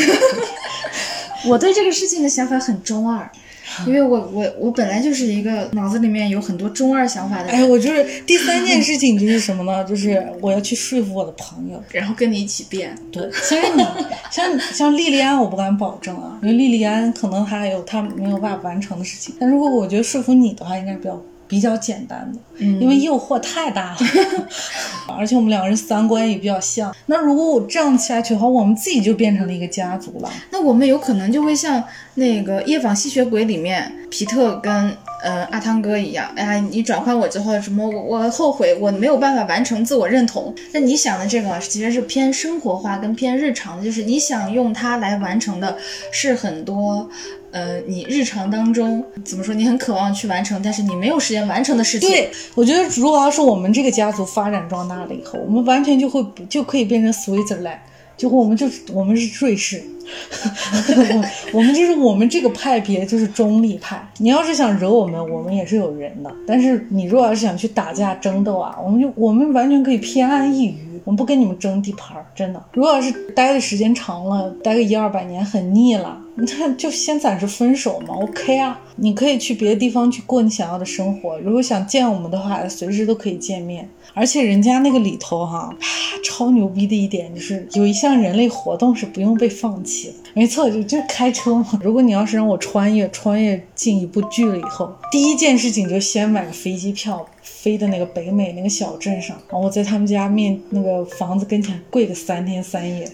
C: 我对这个事情的想法很中二，
B: 嗯
C: 因为我我我本来就是一个脑子里面有很多中二想法的
B: 哎，
C: 人，
B: 我就是第三件事情就是什么呢？就是我要去说服我的朋友。
C: 然后跟你一起变，
B: 对，像是你，像像莉莉安，我不敢保证啊，因为莉莉安可能还有她没有办法完成的事情。但如果我觉得说服你的话，应该比较比较简单的，
C: 嗯
B: 因为诱惑太大了，而且我们两个人三观也比较像。那如果我这样下去的话，我们自己就变成了一个家族了。
C: 那我们有可能就会像那个《夜访吸血鬼》里面皮特跟呃阿汤哥一样，哎呀，你转换我之后什么，我我后悔，我没有办法完成自我认同。但你想的这个啊其实是偏生活化跟偏日常的，就是你想用它来完成的是很多。呃，你日常当中怎么说？你很渴望去完成，但是你没有时间完成的事情。
B: 对，我觉得如果要是我们这个家族发展壮大了以后，我们完全就会就可以变成 Switzerland，就我们就是我们是瑞士， 我们就是我们这个派别就是中立派。你要是想惹我们，我们也是有人的；但是你如果要是想去打架争斗啊，我们就我们完全可以偏安一隅。我们不跟你们争地盘儿，真的。如果要是待的时间长了，待个一二百年很腻了， 那就先暂时分手嘛，OK 啊。你可以去别的地方去过你想要的生活。如果想见我们的话，随时都可以见面。而且人家那个里头哈、超牛逼的一点就是有一项人类活动是不用被放弃的。没错，就就是开车嘛。如果你要是让我穿越，穿越进一部剧了以后，第一件事情就先买个飞机票，飞到那个北美那个小镇上，然后我在他们家面那个房子跟前跪个三天三夜，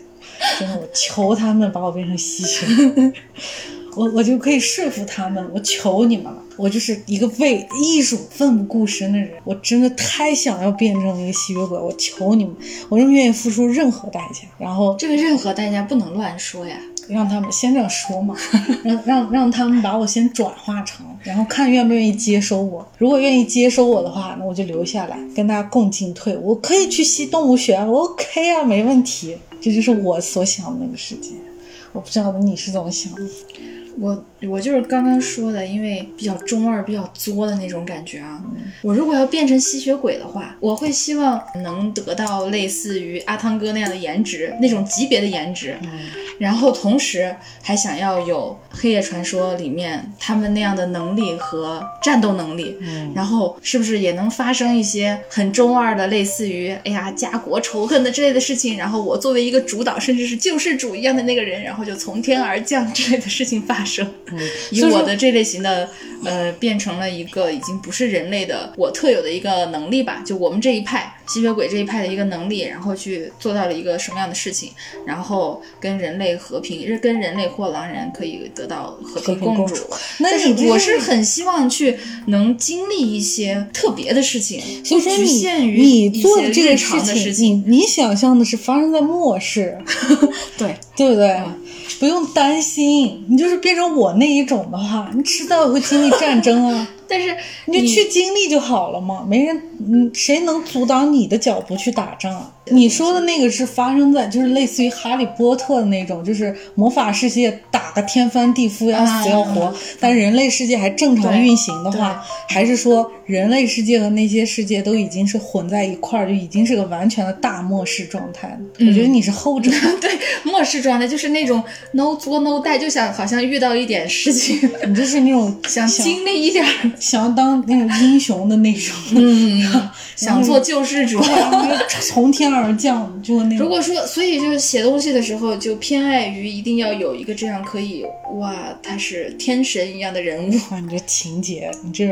B: 真的，我求他们把我变成吸血鬼。我我就可以说服他们，我求你们了，我就是一个为艺术奋不顾身的人，我真的太想要变成一个吸血鬼，我求你们，我是愿意付出任何代价，然后
C: 这个任何代价不能乱说呀。
B: 让他们先这样说嘛， 让让让他们把我先转化成，然后看愿不愿意接收我。如果愿意接收我的话，那我就留下来跟大家共进退。我可以去吸动物学，我 OK 啊，没问题。这就是我所想的那个世界。 我不知道你是怎么想的。
C: 我我就是刚刚说的，因为比较中二、比较作的那种感觉啊。我如果要变成吸血鬼的话，我会希望能得到类似于阿汤哥那样的颜值，那种级别的颜值。
B: 嗯
C: 然后同时还想要有《黑夜传说》里面他们那样的能力和战斗能力。
B: 嗯
C: 然后是不是也能发生一些很中二的，类似于哎呀家国仇恨的之类的事情？然后我作为一个主导，甚至是救世主一样的那个人，然后就从天而降之类的事情发生，
B: 嗯
C: 以
B: 所以说
C: 我的这类型的呃变成了一个已经不是人类的我特有的一个能力吧，就我们这一派吸血鬼这一派的一个能力，然后去做到了一个什么样的事情，然后跟人类和平，跟人类或狼人可以得到和
B: 和
C: 平
B: 平共
C: 主
B: 处。那
C: 但
B: 你这
C: 是我是很希望去能经历一些特别的事情，
B: 所以说
C: 局
B: 你
C: 限于
B: 你
C: 一
B: 做
C: 些
B: 的这个
C: 日常的
B: 情，
C: 事情
B: 你你想象的是发生在末 世，
C: 对，
B: 对不对
C: 嗯？
B: 不用担心，你就是变成我那一种的话，你迟早也会经历战争啊，
C: 但是
B: 你就去经历就好了嘛。没人，嗯，谁能阻挡你的脚步去打仗啊？你说的那个是发生在就是类似于哈利波特的那种，就是魔法世界打个天翻地覆要死要活，
C: 啊
B: 但人类世界还正常
C: 对
B: 运行的话，还是说人类世界和那些世界都已经是混在一块儿，就已经是个完全的大末世状态了。我觉得你是后者。
C: 嗯 对末世状态就是那种 no 作 no die，就想好像遇到一点事情，
B: 你就是那种
C: 想 经历一点儿，
B: 想要当那种英雄的那种，
C: 嗯，想做救世主。
B: 然后就从天而降，就那
C: 如
B: 种。
C: 果说，所以就是写东西的时候，就偏爱于一定要有一个这样可以，哇，他是天神一样的人物，
B: 哇，你这情节，你这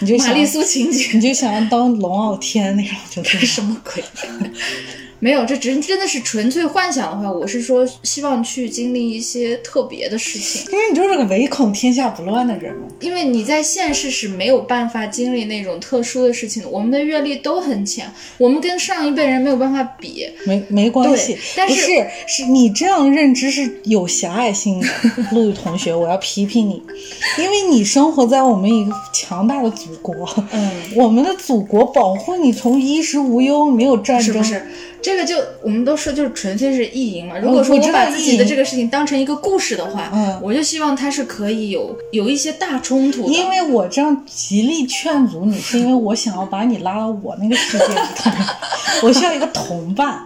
B: 你就
C: 玛
B: 想
C: 丽苏情节。
B: 你就想要当龙傲天那种，就
C: 这
B: 是
C: 是什么鬼？没有，这只真的是纯粹幻想的话，我是说希望去经历一些特别的事情，
B: 因为你就是个唯恐天下不乱的人嘛。
C: 因为你在现世是没有办法经历那种特殊的事情的。我们的阅历都很浅，我们跟上一辈人没有办法比。
B: 没没关系
C: 对，但
B: 不
C: 是
B: 是是你这样认知是有狭隘性的，陆宇同学，我要批评你，因为你生活在我们一个强大的祖国，
C: 嗯，
B: 我们的祖国保护你从衣食无忧，没有战
C: 是
B: 争，
C: 不是？这个就我们都说，就是纯粹是意淫嘛。如果说
B: 嗯我知
C: 我
B: 道
C: 把自
B: 意
C: 己的
B: 淫
C: 这个事情当成一个故事的话，
B: 嗯
C: 我就希望它是可以有有一些大冲突的。
B: 因为我这样极力劝阻你， 是因为我想要把你拉到我那个世界里头，我需要一个同伴。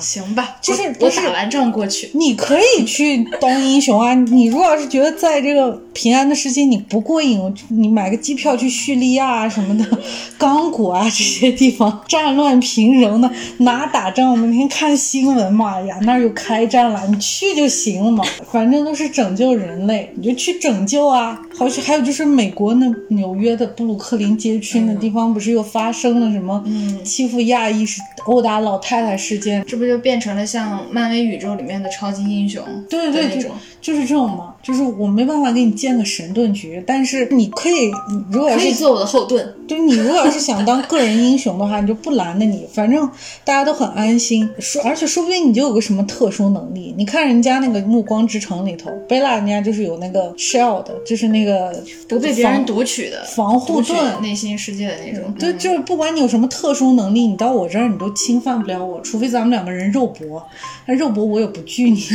C: 行吧，
B: 就
C: 就是是
B: 不
C: 我
B: 是
C: 打完仗过去。
B: 你可以去当英雄啊！你如果要是觉得在这个平安的时期你不过瘾，我你买个机票去叙利亚啊什么的、 刚果啊这些地方，战乱频仍的，哪打仗？我们每天看新闻嘛，哎呀那儿又开战了，你去就行了嘛，反正都是拯救人类，你就去拯救啊！还有还有就是美国那纽约的布鲁克林街区那地方，不是又发生了什么
C: 嗯
B: 欺负亚裔是殴打老太太事件？
C: 这不就变成了像漫威宇宙里面的超级英雄的
B: 对对
C: 那
B: 对
C: 种？，
B: 就是这种嘛，就是我没办法给你建个神盾局，但是你可以，你如果要
C: 可以
B: 是
C: 做我的后盾。
B: 就你如果要是想当个人英雄的话，你就不拦着你，反正大家都很安心。说，而且说不定你就有个什么特殊能力。你看人家那个《暮光之城》里头，贝拉人家就是有那个 shield，就是那个
C: 不被别人
B: 防
C: 读取的
B: 防护
C: 读取
B: 盾
C: 内心世界的那种。嗯
B: 对，就是不管你有什么特殊能力，你到我这儿你都侵犯不了我，除非咱们两个人肉搏，但肉搏我也不惧你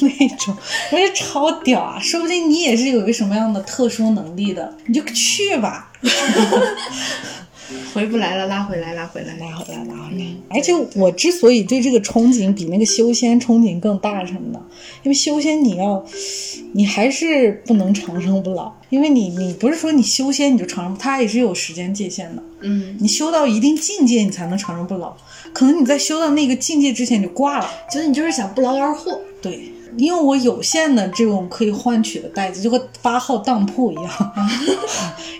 B: 那种，我觉得超屌啊！说不定你也是有一个什么样的特殊能力的，你就去吧，
C: 回不来了，拉回来，拉回来。
B: 拉回来，拉回来。
C: 嗯
B: 而且我之所以对这个憧憬比那个修仙憧憬更大什么的，因为修仙你要，你还是不能长生不老，因为你你不是说你修仙你就长生，它也是有时间界限的。
C: 嗯，
B: 你修到一定境界，你才能长生不老。可能你在修到那个境界之前你就挂了。
C: 觉得你就是想不劳而获。
B: 对，因为我有限的这种可以换取的代价，就和八号当铺一样，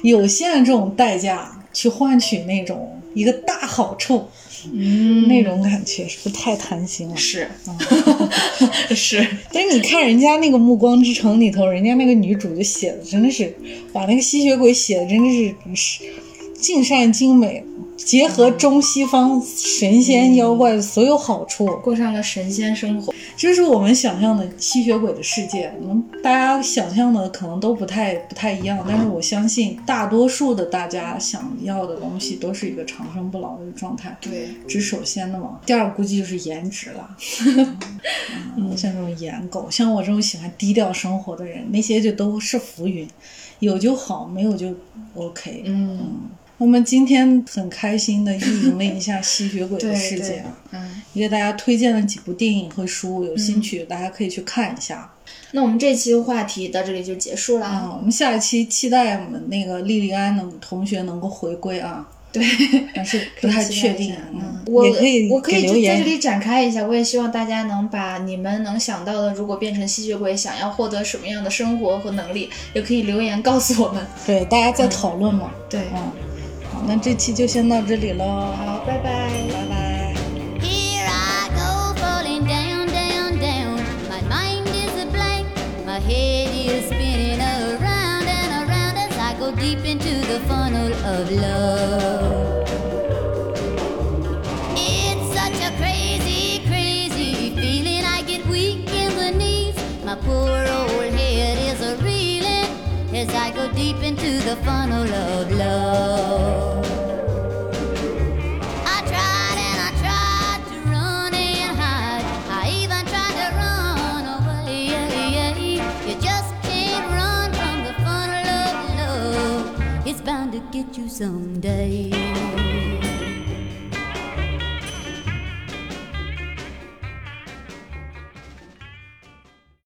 B: 有限的这种代价去换取那种一个大好处，
C: 嗯
B: 那种感觉是不是太贪心了？
C: 是嗯 是，
B: 但是你看人 家那个《暮光之城》里头，人家那个女主就写的真的是，把那个吸血鬼写的真的是是尽善尽美，结合中西方神仙妖怪的所有好处，
C: 过上了神仙生活。
B: 这是我们想象的吸血鬼的世界。嗯，大家想象的可能都不太不太一样，但是我相信大多数的大家想要的东西都是一个长生不老的状态。
C: 对，嗯
B: 只首先的嘛，第二估计就是颜值了。 嗯，像这种颜狗，像我这种喜欢低调生活的人，那些就都是浮云，有就好，没有就 OK。
C: 嗯，
B: 我们今天很开心的意淫了一下吸血鬼的
C: 对
B: 世界
C: 对
B: 啊，
C: 嗯。
B: 也给大家推荐了几部电影和书，有兴趣的大家可以去看一下。
C: 那我们这期话题到这里就结束了。
B: 啊，
C: 啊。
B: 我们下一期期待我们那个莉莉安能同学能够回归啊，
C: 对，
B: 但是不太确定，
C: 嗯
B: 嗯，，
C: 我
B: 也可以
C: 我可以
B: 给
C: 就
B: 留言
C: 在这里展开一下，我也希望大家能把你们能想到的，如果变成吸血鬼，想要获得什么样的生活和能力，也可以留言告诉我们。
B: 对大家再讨论嘛。
C: 对，
B: 嗯，好，那这期就先到这里喽，
C: 好，拜拜。
B: 拜拜。
D: Here I go falling down, down, down. My mind is a blank, my head is spinning around and around as I go deep into the funnel of love. It's such a crazy, crazy feeling. I get weak in the knees. My poor old head is a reeling as I go deep into the funnel of love. I tried and I tried to run and hide. I even tried to run away. You just can't run from the funnel of love. It's bound to get you someday.